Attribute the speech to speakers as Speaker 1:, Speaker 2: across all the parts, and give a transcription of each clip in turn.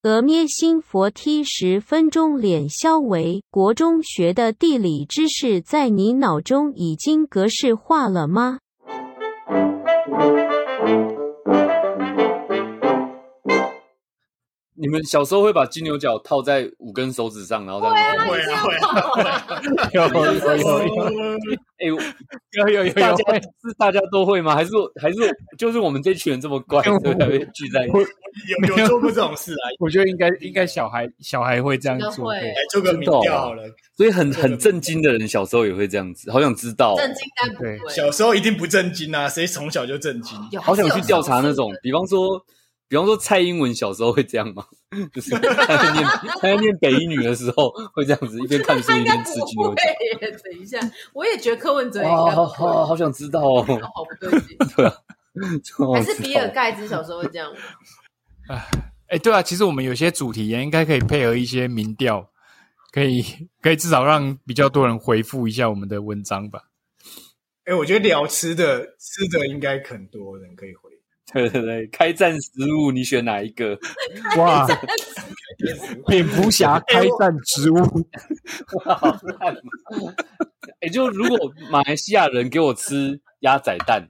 Speaker 1: 峨咩新佛踢十分钟脸消维。国中学的地理知识在你脑中已经格式化了吗？
Speaker 2: 你们小时候会把金牛角套在五根手指上，然后这样子
Speaker 3: 会啊会啊会啊，
Speaker 4: 有有有
Speaker 2: 哎、我
Speaker 4: 有有有
Speaker 2: 大
Speaker 4: 有
Speaker 2: 家
Speaker 4: 会
Speaker 2: 是大家都会吗？还是还是就是我们这群人这么怪，所以才会聚在一起？
Speaker 3: 有有做过这种事啊？
Speaker 4: 我觉得应该应该小孩小孩会这样
Speaker 5: 真的
Speaker 4: 做，
Speaker 5: 会
Speaker 4: 对
Speaker 3: 来做个民调好了。
Speaker 2: 所以很很震惊的人，小时候也会这样子，好想知道哦、
Speaker 5: 震惊但不会，
Speaker 3: 小时候一定不正经啊，谁从小就正经？
Speaker 5: 哦有
Speaker 2: 好想去调 查那种，比方说，比方说蔡英文小时候会这样吗？ 就是他在念他在念北一女的时候会这样子，一边看书
Speaker 5: 他
Speaker 2: 一
Speaker 5: 应该
Speaker 2: 边
Speaker 5: 不
Speaker 2: 吃金牛
Speaker 5: 会
Speaker 2: 角。
Speaker 5: 耶。等一下，我也觉得柯文哲应
Speaker 2: 哇，
Speaker 5: 该
Speaker 2: 好
Speaker 5: 不
Speaker 2: 好
Speaker 5: 会。
Speaker 2: 好想知道哦，
Speaker 5: 好不对劲，还是比尔盖茨小时候会 这样吗？
Speaker 4: 哎，对啊，其实我们有些主题也应该可以配合一些民调，可以 可以至少让比较多人回复一下我们的文章吧。
Speaker 3: 哎、我觉得聊吃的，吃的应该很多人可以回。
Speaker 2: 对对对，开战食物你选哪一个？
Speaker 4: 哇，蝙蝠侠开战植物，
Speaker 2: 哎、就如果马来西亚人给我吃鸭仔蛋，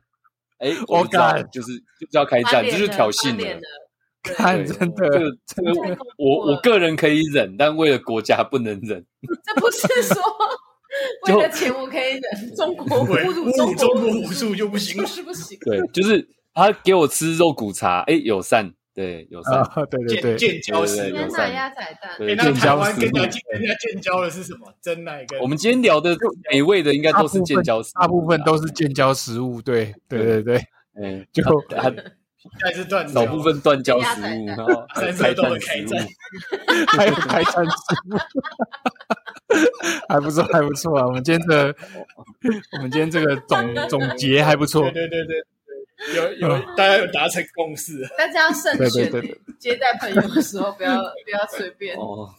Speaker 2: 哎、我就知道
Speaker 4: Oh God
Speaker 2: 就是就是要开
Speaker 5: 翻
Speaker 2: 战，
Speaker 5: 脸
Speaker 2: 这
Speaker 5: 了
Speaker 2: 就是挑衅
Speaker 5: 翻脸
Speaker 2: 了
Speaker 5: 了。。
Speaker 4: 看
Speaker 2: 对
Speaker 4: 哎真
Speaker 2: 这
Speaker 4: 的
Speaker 2: 个这个
Speaker 5: 太恐怖
Speaker 2: 我我
Speaker 5: 了
Speaker 2: 个人可以忍，但为了国家不能忍。
Speaker 5: 这不是说为
Speaker 2: 就
Speaker 5: 了钱我可以忍，中国
Speaker 3: 对
Speaker 5: 侮辱中
Speaker 3: 侮辱中国
Speaker 5: 国
Speaker 3: 武术就不行
Speaker 5: 就是不行。
Speaker 2: 对，就是他给我吃肉骨茶，哎、友善，对，友善。
Speaker 4: 啊， 对对
Speaker 3: 建
Speaker 4: 对，
Speaker 3: 建交食
Speaker 2: 对
Speaker 3: 物
Speaker 2: 对
Speaker 5: 天
Speaker 2: 对。
Speaker 5: 哪，鸭仔蛋！
Speaker 3: 哎、
Speaker 2: 对，
Speaker 3: 那
Speaker 2: 建
Speaker 3: 台
Speaker 2: 交
Speaker 3: 湾
Speaker 2: 食
Speaker 3: 跟人家
Speaker 2: 物。
Speaker 3: 建跟人家建交的是什么？真奶跟
Speaker 2: 我们今天聊的美味的应该都是建交食物啊，
Speaker 4: 大部分都是建交食物，对对对 对，
Speaker 2: 哎，
Speaker 4: 就
Speaker 2: 它
Speaker 3: 还是断交
Speaker 2: 少部分断交食物，
Speaker 5: 鸭
Speaker 2: 然
Speaker 5: 仔
Speaker 2: 后还有开
Speaker 3: 三色豆
Speaker 2: 战
Speaker 3: 的
Speaker 2: 食
Speaker 3: 开
Speaker 2: 物。
Speaker 3: 战，
Speaker 4: 还有开战植物， 还不错，还不错啊！我们今天的 我们今天这个总总结还不错，
Speaker 3: 对对对对对，有有大家有达成共识，
Speaker 5: 大家要慎
Speaker 4: 对对
Speaker 5: 选
Speaker 4: 对对，
Speaker 5: 接待朋友的时候，不要不要随便。
Speaker 2: 哦，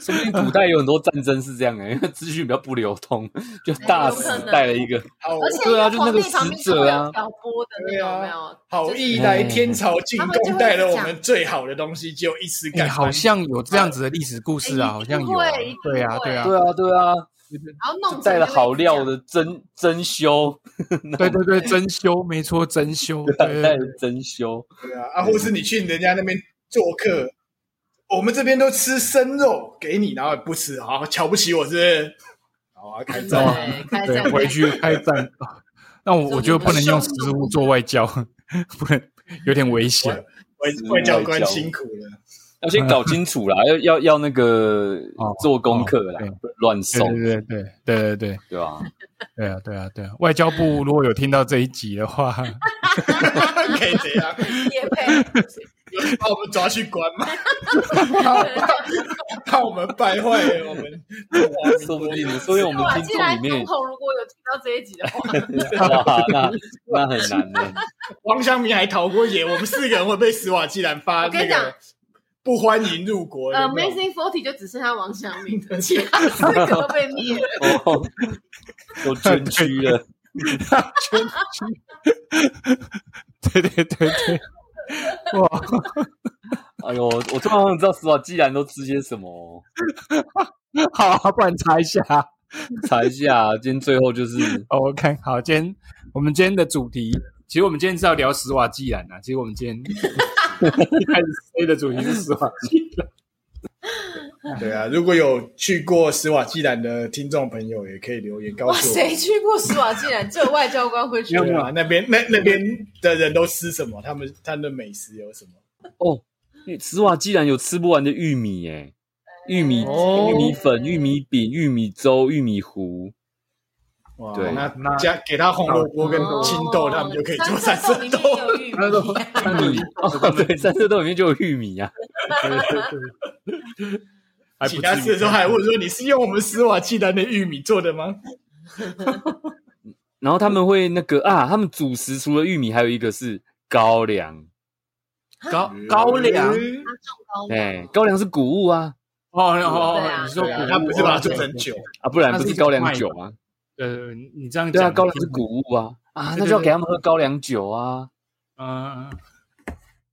Speaker 2: 说不定古代有很多战争是这样哎，因为资讯比较不流通，就大使带了一个，
Speaker 3: 好
Speaker 5: 而且
Speaker 2: 对啊
Speaker 5: 因为皇帝
Speaker 2: 就那个
Speaker 5: 旁边
Speaker 2: 使者
Speaker 5: 都会有
Speaker 2: 啊
Speaker 5: 挑拨的那
Speaker 3: 对啊
Speaker 5: 种，有没有？
Speaker 3: 好意来天朝进
Speaker 5: 他们就
Speaker 3: 贡，
Speaker 5: 会
Speaker 3: 带了我们最好的东西，只有一丝
Speaker 4: 哎，
Speaker 3: 感。
Speaker 4: 好像有这样子的历史故事啊，
Speaker 5: 哎
Speaker 4: 好
Speaker 5: 一
Speaker 4: 像
Speaker 5: 定
Speaker 4: 有啊
Speaker 5: 会一定，
Speaker 4: 对啊，
Speaker 5: 会
Speaker 4: 对啊，
Speaker 2: 对啊对啊，
Speaker 5: 然后弄
Speaker 2: 就
Speaker 5: 成
Speaker 2: 带了好料
Speaker 5: 就会
Speaker 2: 的珍珍馐，
Speaker 4: 对对对，真修，没错，真修，啊对啊对
Speaker 2: 带
Speaker 4: 对
Speaker 2: 了珍馐，
Speaker 3: 对啊，啊，或是你去人家那边做客，我们这边都吃生肉给你，然后不吃，好瞧不起我是不是？好啊，开
Speaker 5: 这
Speaker 3: 战
Speaker 5: 样。
Speaker 3: 啊！
Speaker 5: 对，开
Speaker 4: 对，
Speaker 5: 战
Speaker 4: 回去开 战。那我我觉得不能用食物做外交，不能有点危险
Speaker 3: 外外交官辛苦了，
Speaker 2: 要先搞清楚啦，要要要那个
Speaker 4: 哦
Speaker 2: 做功课啦
Speaker 4: 哦对，
Speaker 2: 不能乱
Speaker 4: 对
Speaker 2: 送
Speaker 4: 对对对对对对
Speaker 2: 对吧？
Speaker 4: 对啊对啊对啊！外交部如果有听到这一集的话，
Speaker 3: 可以怎样？
Speaker 5: 也配，
Speaker 3: 啊把我们抓去关吗？怕怕我们败坏了我们中华民国，
Speaker 2: 说不定说不定我们
Speaker 5: 哇！
Speaker 2: 听
Speaker 5: 既
Speaker 2: 众
Speaker 5: 然
Speaker 2: 里
Speaker 5: 总
Speaker 2: 面
Speaker 5: 统如果有听到这一集的话，
Speaker 2: 哇， 那那很难欸呢。
Speaker 3: 王祥明还逃过一劫，我们四个人会被斯瓦季兰发
Speaker 5: 我跟
Speaker 3: 那
Speaker 5: 你讲
Speaker 3: 个不欢迎入国
Speaker 5: 呃
Speaker 3: 有没有
Speaker 5: ，Amazing Forty 就只剩下王祥明了，其他四个被灭了。
Speaker 2: 哦，都捐躯了。
Speaker 4: 对对对对，哇！
Speaker 2: 哎呦，我突然想知道斯瓦既然都吃些什么，哦
Speaker 4: 好、啊，不然查一下。
Speaker 2: 查一下。啊今天最后就是
Speaker 4: 哦，我看好，今天我们今天的主题，其实我们今天是要聊史瓦济兰啊。其实我们今天一开始 A 的主题是史瓦济兰。
Speaker 3: 对啊，如果有去过斯瓦季兰的听众朋友，也可以留言告
Speaker 5: 哇，
Speaker 3: 诉我。
Speaker 5: 谁去过斯瓦季兰？只有外交官会去。
Speaker 3: 对啊，那边那那边的人都吃什么？他们他们的美食有什么？
Speaker 2: 哦，斯瓦既然有吃不完的玉米耶，玉米、
Speaker 4: 哦
Speaker 2: 玉米粉、玉米饼、玉米粥、玉米糊，
Speaker 3: 哇，
Speaker 2: 对
Speaker 3: 那
Speaker 4: 那
Speaker 3: 加给他红萝卜跟
Speaker 5: 哦
Speaker 3: 青豆，他们就可以做三
Speaker 5: 三色
Speaker 3: 色
Speaker 5: 豆里
Speaker 3: 豆。
Speaker 5: 面有玉
Speaker 4: 他说
Speaker 5: 米，
Speaker 2: 玉
Speaker 4: 嗯
Speaker 2: 米哦，对，三色豆里面就有玉米啊。
Speaker 4: 对对对，还
Speaker 3: 请他吃的时候还问说：“你是用我们啊斯瓦季兰的玉米做的吗
Speaker 2: 然后他们会那个啊，他们主食除了玉米，还有一个是高粱。
Speaker 4: 高高？”粱
Speaker 3: 嗯
Speaker 2: 哎、高粱是谷物啊，
Speaker 4: 哦哦
Speaker 5: 对啊
Speaker 4: 哦，你说
Speaker 3: 对啊
Speaker 4: 谷
Speaker 3: 他不是把它做
Speaker 4: 对
Speaker 3: 成酒？
Speaker 2: 啊，不然
Speaker 4: 它
Speaker 2: 不
Speaker 4: 是
Speaker 2: 是
Speaker 4: 一种
Speaker 2: 高粱
Speaker 4: 麦
Speaker 2: 酒啊。
Speaker 4: 呃，你这样
Speaker 2: 对
Speaker 4: 讲
Speaker 2: 啊，高粱是谷物啊，啊，
Speaker 4: 对
Speaker 2: 那
Speaker 4: 对
Speaker 2: 就要
Speaker 4: 对嗯
Speaker 2: 给他们喝高粱酒啊。
Speaker 4: 嗯，嗯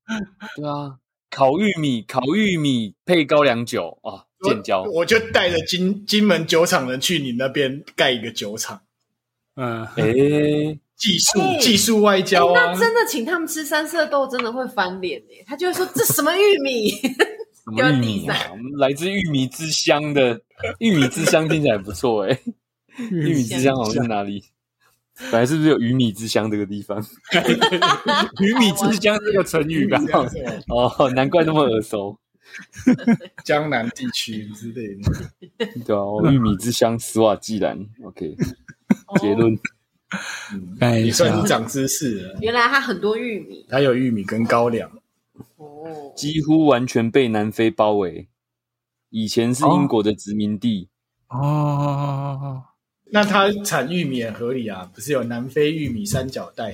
Speaker 4: 嗯
Speaker 2: 对啊，烤玉米，烤玉米配高粱酒啊，建交。
Speaker 3: 我就带着金金门酒厂人去你那边盖一个酒厂，
Speaker 4: 嗯，
Speaker 2: 哎、
Speaker 3: 技术、
Speaker 5: 哎
Speaker 3: 技术外交啊
Speaker 5: 那，真的请他们吃三色豆，真的会翻脸哎、他就会说这什么玉米，
Speaker 2: 什么玉米啊？我们来自玉米之乡的玉米之乡听起来不错哎、玉米之乡好像是哪里？本来是不是有鱼米之乡这个地方？
Speaker 4: 鱼米之乡这个成语吧
Speaker 3: 这？样是吧
Speaker 2: 哦，难怪那么耳熟。
Speaker 3: 江南地区之类的。
Speaker 2: 对啊，哦玉米之乡斯瓦季兰。OK，结论。
Speaker 4: 看一
Speaker 3: 也
Speaker 4: 下
Speaker 3: 算，是长知识了。
Speaker 5: 原来他很多玉米
Speaker 3: 它有玉米跟高粱，
Speaker 5: 哦，
Speaker 2: 几乎完全被南非包围。以前是英国的殖民地，
Speaker 4: 哦，
Speaker 3: 那它产玉米很合理啊，不是有南非玉米三角带？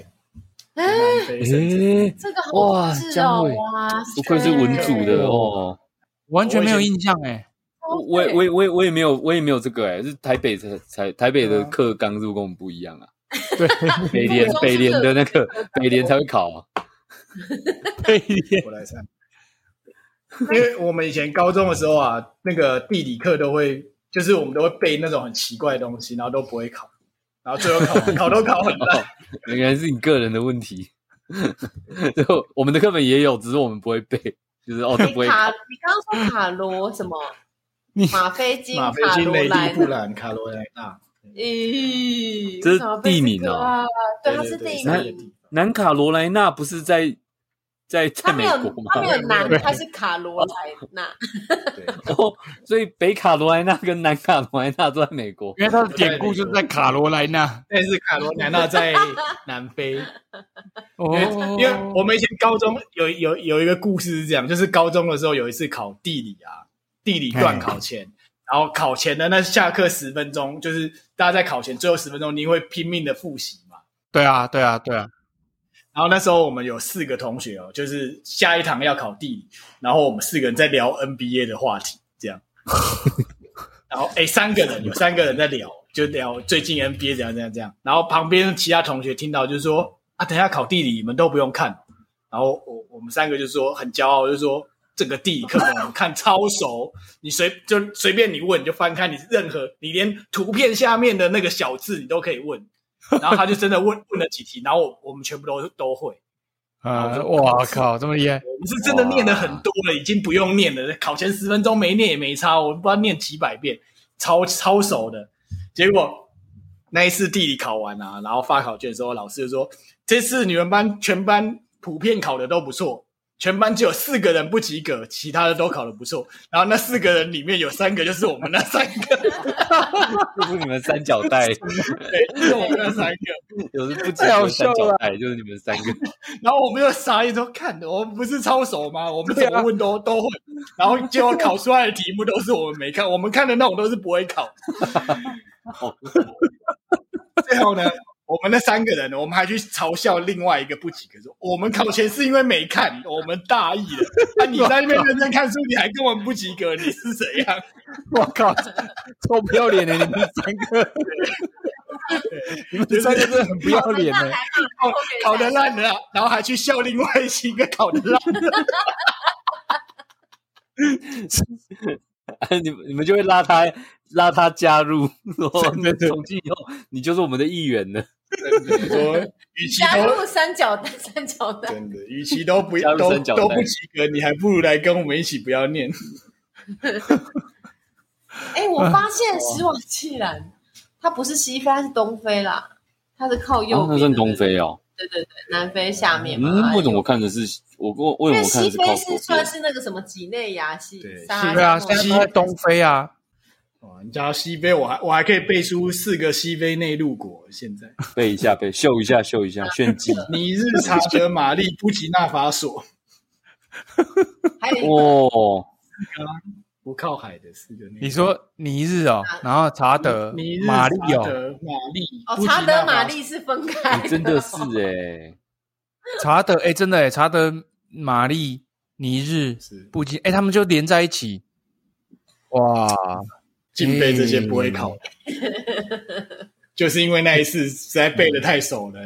Speaker 5: 哎、
Speaker 3: 南非生产
Speaker 2: 诶
Speaker 5: 这个好自
Speaker 2: 哇姜
Speaker 5: 哦
Speaker 2: 味，
Speaker 5: 哇塞，
Speaker 2: 不愧是文组的哦。
Speaker 4: 完全没有印象哎、
Speaker 2: 我也我也我也我也没有我也没有这个哎、是台北才才台北的课纲是不是跟我们不一样啊？
Speaker 4: 对，
Speaker 2: 北联
Speaker 5: 不一样
Speaker 2: 北联的那个北联才会考啊。
Speaker 4: 对耶，
Speaker 3: 我来看，因为我们以前高中的时候啊，那个地理课都会，就是我们都会背那种很奇怪的东西，然后都不会考，然后最后考考都考很 烂。
Speaker 2: 哦， 原来是你个人的问题。 然后我们的课本也有，只是我们不会背，就是哦，这不
Speaker 5: 你
Speaker 2: 会
Speaker 5: 卡，
Speaker 2: 考。
Speaker 5: 你刚刚说卡罗什么？马 飞金、
Speaker 3: 马
Speaker 5: 卡
Speaker 3: 菲金、
Speaker 5: 罗
Speaker 3: 雷
Speaker 5: 莱
Speaker 3: 利、布兰、卡罗来纳，
Speaker 5: 咦，
Speaker 2: 这是
Speaker 5: 为什么被
Speaker 2: 地名
Speaker 5: 个
Speaker 2: 哦
Speaker 5: 啊，对，它
Speaker 3: 对
Speaker 5: 是
Speaker 3: 对
Speaker 5: 地
Speaker 3: 对
Speaker 5: 名，
Speaker 2: 南卡罗来纳不是在在在
Speaker 5: 它没
Speaker 2: 美
Speaker 5: 有
Speaker 2: 国吗
Speaker 5: 它？没有南
Speaker 4: 对，
Speaker 5: 它是卡罗莱纳，
Speaker 3: 对，
Speaker 2: 哦，所以北卡罗来纳跟南卡罗来纳都在美国。
Speaker 4: 因为他的典故就是在卡罗来纳。
Speaker 3: 但是卡罗来纳在南非。因为
Speaker 4: 哦，
Speaker 3: 因为我们以前高中有有有一个故事是这样，就是高中的时候有一次考地理啊，地理段考前，然后考前的那下课十分钟，就是大家在考前最后十分钟，你会拼命的复习嘛。
Speaker 4: 对啊，对啊，对啊，
Speaker 3: 然后那时候我们有四个同学哦，就是下一堂要考地理，然后我们四个人在聊 NBA 的话题，这样。然后哎，诶三个人有三个人在聊，就聊最近 NBA 怎样怎样怎样。然后旁边其他同学听到就是说啊，等一下考地理你们都不用看。然后我我们三个就说很骄傲，就说这个地理课本我们看超熟，你随就随便你问你就翻开你任何你连图片下面的那个小字你都可以问。然后他就真的问问了几题，然后我我们全部都都会。
Speaker 4: 啊，哇靠，这么厉害！
Speaker 3: 我们是真的念的很多了，已经不用念了。考前十分钟没念也没差，我不知道念几百遍，超超熟的。结果那一次地理考完啊，然后发考卷的时候，老师就说这次你们班全班普遍考的都不错，全班只有四个人不及格，其他的都考的不错。然后那四个人里面有三个就是我们那三个，
Speaker 2: 就是你们三角 带，
Speaker 3: 对，就是我们那三个。
Speaker 2: 有时不只
Speaker 4: 太好
Speaker 2: 有三
Speaker 4: 笑
Speaker 2: 角
Speaker 4: 了
Speaker 2: 带，就是你们三个。
Speaker 3: 然后我们就傻眼说：“看，我们不是超熟吗？我们怎么问都、都会。”然后结果考出来的题目都是我们没看，我们看的那种都是不会考。 最后呢，我们那三个人，我们还去嘲笑另外一个不及格，说我们考前是因为没看，我们大意了。那、你在那边认真看书，你还跟我们不及格，你是怎样？
Speaker 4: 我 靠，臭不要脸的你们三 个，你们三个真的很不要脸的。
Speaker 3: 考考得烂哦的，然后还去笑另外一个考得烂的。
Speaker 2: 你们你们就会拉他拉他加入， 说
Speaker 4: 对对
Speaker 2: 从今以后你就是我们的一员了，
Speaker 3: 说，与其
Speaker 5: 加
Speaker 3: 都
Speaker 5: 入三角带，三角 带，
Speaker 3: 真的，与其都不
Speaker 2: 加
Speaker 3: 都
Speaker 2: 入三角带
Speaker 3: 都不及格，你还不如来跟我们一起不要念。
Speaker 5: 哎，我
Speaker 2: 嗯
Speaker 5: 发现史瓦济兰，它不是西非，它是东非啦，它是靠右边
Speaker 2: 那
Speaker 5: 的，
Speaker 2: 算东非哦。
Speaker 5: 对，对对对，南非下面嘛。
Speaker 2: 嗯，
Speaker 5: 哎
Speaker 2: 为什么我看的是我我为
Speaker 5: 因
Speaker 2: 什
Speaker 5: 为
Speaker 2: 么我看
Speaker 5: 西
Speaker 2: 的是靠左
Speaker 5: 非是
Speaker 2: 边
Speaker 5: 算？是那个什么几内亚系
Speaker 3: 对，
Speaker 5: 撒哈
Speaker 4: 对啊，
Speaker 5: 拉
Speaker 4: 现在都在东非啊，
Speaker 3: 哦，你讲西非，我还我还可以背出四个西非内陆国。现在，
Speaker 2: 背一下背，秀一下秀一下， 炫技。
Speaker 3: 尼日、查德、马利、布吉纳法索，
Speaker 5: 还有一个
Speaker 2: 哦，
Speaker 3: 不靠海的四个内陆。
Speaker 4: 你说尼日哦，然后查德
Speaker 3: 尼日、、
Speaker 4: 马利
Speaker 3: 查
Speaker 4: 哦，
Speaker 3: 德、马利、布
Speaker 5: 哦，
Speaker 3: 吉
Speaker 5: 查
Speaker 3: 纳
Speaker 5: 德
Speaker 3: 法
Speaker 5: 马利是分开
Speaker 2: 你哎真的是哎，
Speaker 4: 查德，哎，真的哎，查德、马利、尼日
Speaker 3: 是、
Speaker 4: 布吉，哎，他们就连在一起，哇，
Speaker 3: 尽背这些
Speaker 4: 嗯
Speaker 3: 不会考的，就是因为那一次实在背的太熟了，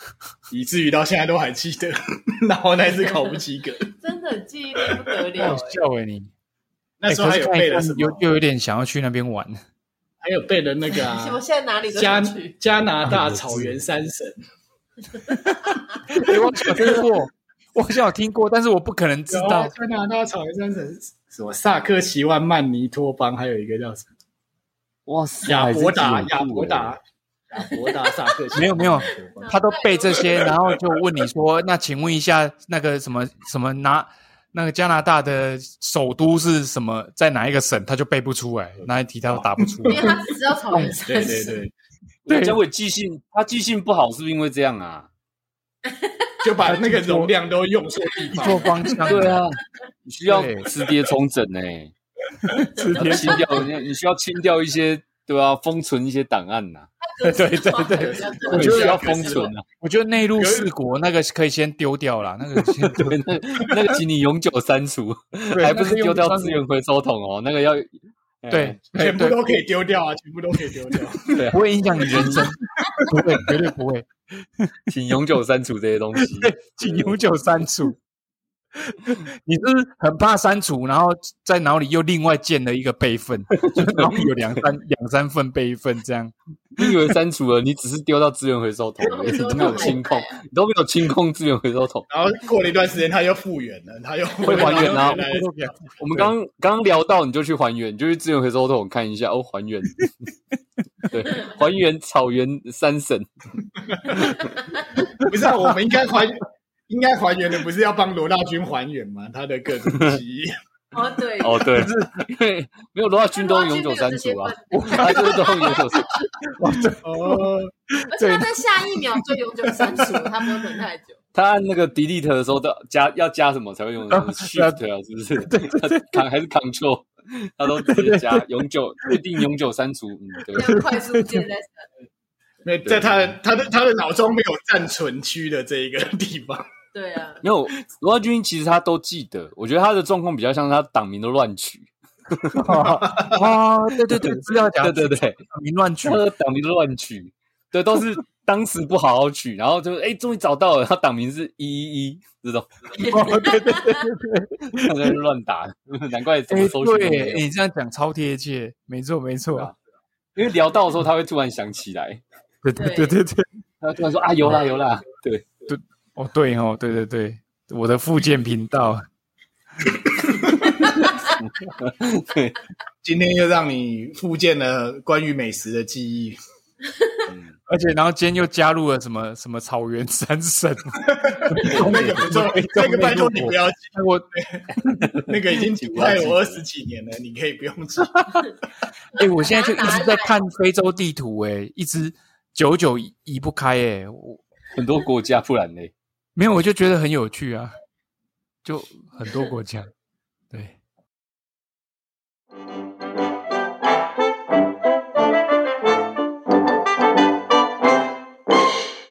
Speaker 3: 以至于到现在都还记得。 然后那次考不及格，
Speaker 5: 真的记忆力不得
Speaker 4: 好
Speaker 5: 了欸、
Speaker 4: 笑哎你！
Speaker 3: 那时候还有
Speaker 4: 哎可是
Speaker 3: 背了
Speaker 4: 看一
Speaker 3: 什
Speaker 4: 看
Speaker 3: 么
Speaker 4: 又？又有点想要去那边玩。
Speaker 3: 还有背了那个啊
Speaker 5: 其实我现在哪里都
Speaker 3: 加
Speaker 5: 想去，
Speaker 3: 加拿大草原三神，
Speaker 4: 哎我好像有听过，我好像有听过，但是我不可能知
Speaker 3: 有啊
Speaker 4: 道。
Speaker 3: 加拿大草原三神什么萨克奇万曼尼托邦，还有一个叫什么
Speaker 2: 哇塞，
Speaker 3: 亚伯达
Speaker 2: 还真是哎
Speaker 3: 亚
Speaker 2: 很酷
Speaker 3: 伯达亚伯达萨克奇，
Speaker 4: 没有没有，他都背这些，
Speaker 5: 那
Speaker 4: 然后就问你说：“那请问一下，那个什么什么拿那个加拿大的首都是什么，在哪一个省？”他就背不出来，那一题他都答不出
Speaker 5: 因为
Speaker 4: 来。
Speaker 5: 他只知道草原
Speaker 3: 对
Speaker 5: 三
Speaker 3: 对
Speaker 5: 十，
Speaker 3: 对，
Speaker 2: 对，江伟记性，他记性不好，是不是因为这样啊？
Speaker 3: 就把那个容量都用错地
Speaker 4: 一
Speaker 3: 方。
Speaker 4: 座方向，
Speaker 2: 对啊，你需要
Speaker 4: 对
Speaker 2: 磁碟重整呢、欸，
Speaker 4: 磁
Speaker 2: 要清掉，你你需要清掉一些，对吧、封存一些档案呐、
Speaker 5: 对
Speaker 4: 对对对
Speaker 2: 我
Speaker 3: 我
Speaker 2: 觉
Speaker 3: 觉
Speaker 2: 得
Speaker 3: 得
Speaker 2: 需要封存啊，
Speaker 4: 我觉得内陆四国那个可以先丢掉啦，那个先 丢
Speaker 2: 对， 那那个请你永久删除，
Speaker 4: 对
Speaker 2: 还不是丢掉资
Speaker 4: 那个用
Speaker 2: 源回收桶哦，那个要
Speaker 4: 不上对，对
Speaker 3: 全部
Speaker 4: 哎对，
Speaker 3: 都可以丢掉啊，全部都可以丢掉。
Speaker 2: 对啊
Speaker 4: 不，会影响你人生，不会，绝对不会，
Speaker 2: 请永久删除这些东西。
Speaker 4: 请永久删除。你是不是很怕删除，然后在脑里又另外建了一个备份，就脑里有两三两三份备份这样。
Speaker 2: 你以为删除了，你只是丢到资源回收桶而已， 你都没有清空，你都没有清空资源回收桶。
Speaker 3: 然后过了一段时间，它又复原了，它又会
Speaker 2: 还原啊
Speaker 3: 来
Speaker 2: 我们刚刚刚聊到，你就去还原，你就去资源回收桶看一下哦，还原，对，还原草原三省。
Speaker 3: 不是啊，我们应该还 应该还原的，不是要帮罗大军还原吗？他的各种记忆，
Speaker 5: 哦对，
Speaker 2: 哦，对，是 因为没有罗大军都用永久删除啊，他就是都用永久删除。
Speaker 3: 哦，
Speaker 5: 而且他在下一秒就永久删除，他不会等太久。
Speaker 2: 他按那个 delete 的时候，都加要加什么才会用 shift 啊？是不是？对，扛还是 control，他都直接加永久固定永久删除。嗯，对
Speaker 5: 这。样快速键在
Speaker 3: 那在他的他的他的脑中没有暂存区的这一个地方，
Speaker 5: 对啊，
Speaker 2: 没有，罗家军其实他都记得，我觉得他的状况比较像他党名都乱取，
Speaker 4: 啊，对对对，是要讲
Speaker 2: 对对对，
Speaker 4: 民乱去
Speaker 2: 他，的党名都乱取，对，都是当时不好好取， 然后就哎，终于找到了，他党名是一一一这种，
Speaker 4: 哦对对对，
Speaker 2: 他在那乱打， 难怪怎么
Speaker 4: 哎
Speaker 2: 搜寻都没
Speaker 4: 对，
Speaker 2: 有，
Speaker 4: 你这样讲超贴切，没错没
Speaker 2: 对
Speaker 4: 错
Speaker 2: 啊，因为聊到的时候他会突然想起来，
Speaker 4: 对对对对对，
Speaker 2: 他突然说啊有啦有啦，对，
Speaker 4: 哦对哦，对对对，我的附件频道，
Speaker 3: 今天又让你复建了关于美食的记忆，
Speaker 2: 嗯，
Speaker 4: 而且然后今天又加入了什么什么草原三省，
Speaker 3: 那
Speaker 2: 嗯
Speaker 3: 个不 重要，那个拜托你 不要记，
Speaker 4: 我
Speaker 3: 那个已经阻碍我二十几年了，你可以不用记。
Speaker 4: 哎、我现在就一直在看非洲地图、哎，一直久久移不开、哎，我
Speaker 2: 很多国家不然呢，
Speaker 4: 没有，我就觉得很有趣啊，就很多国家，对，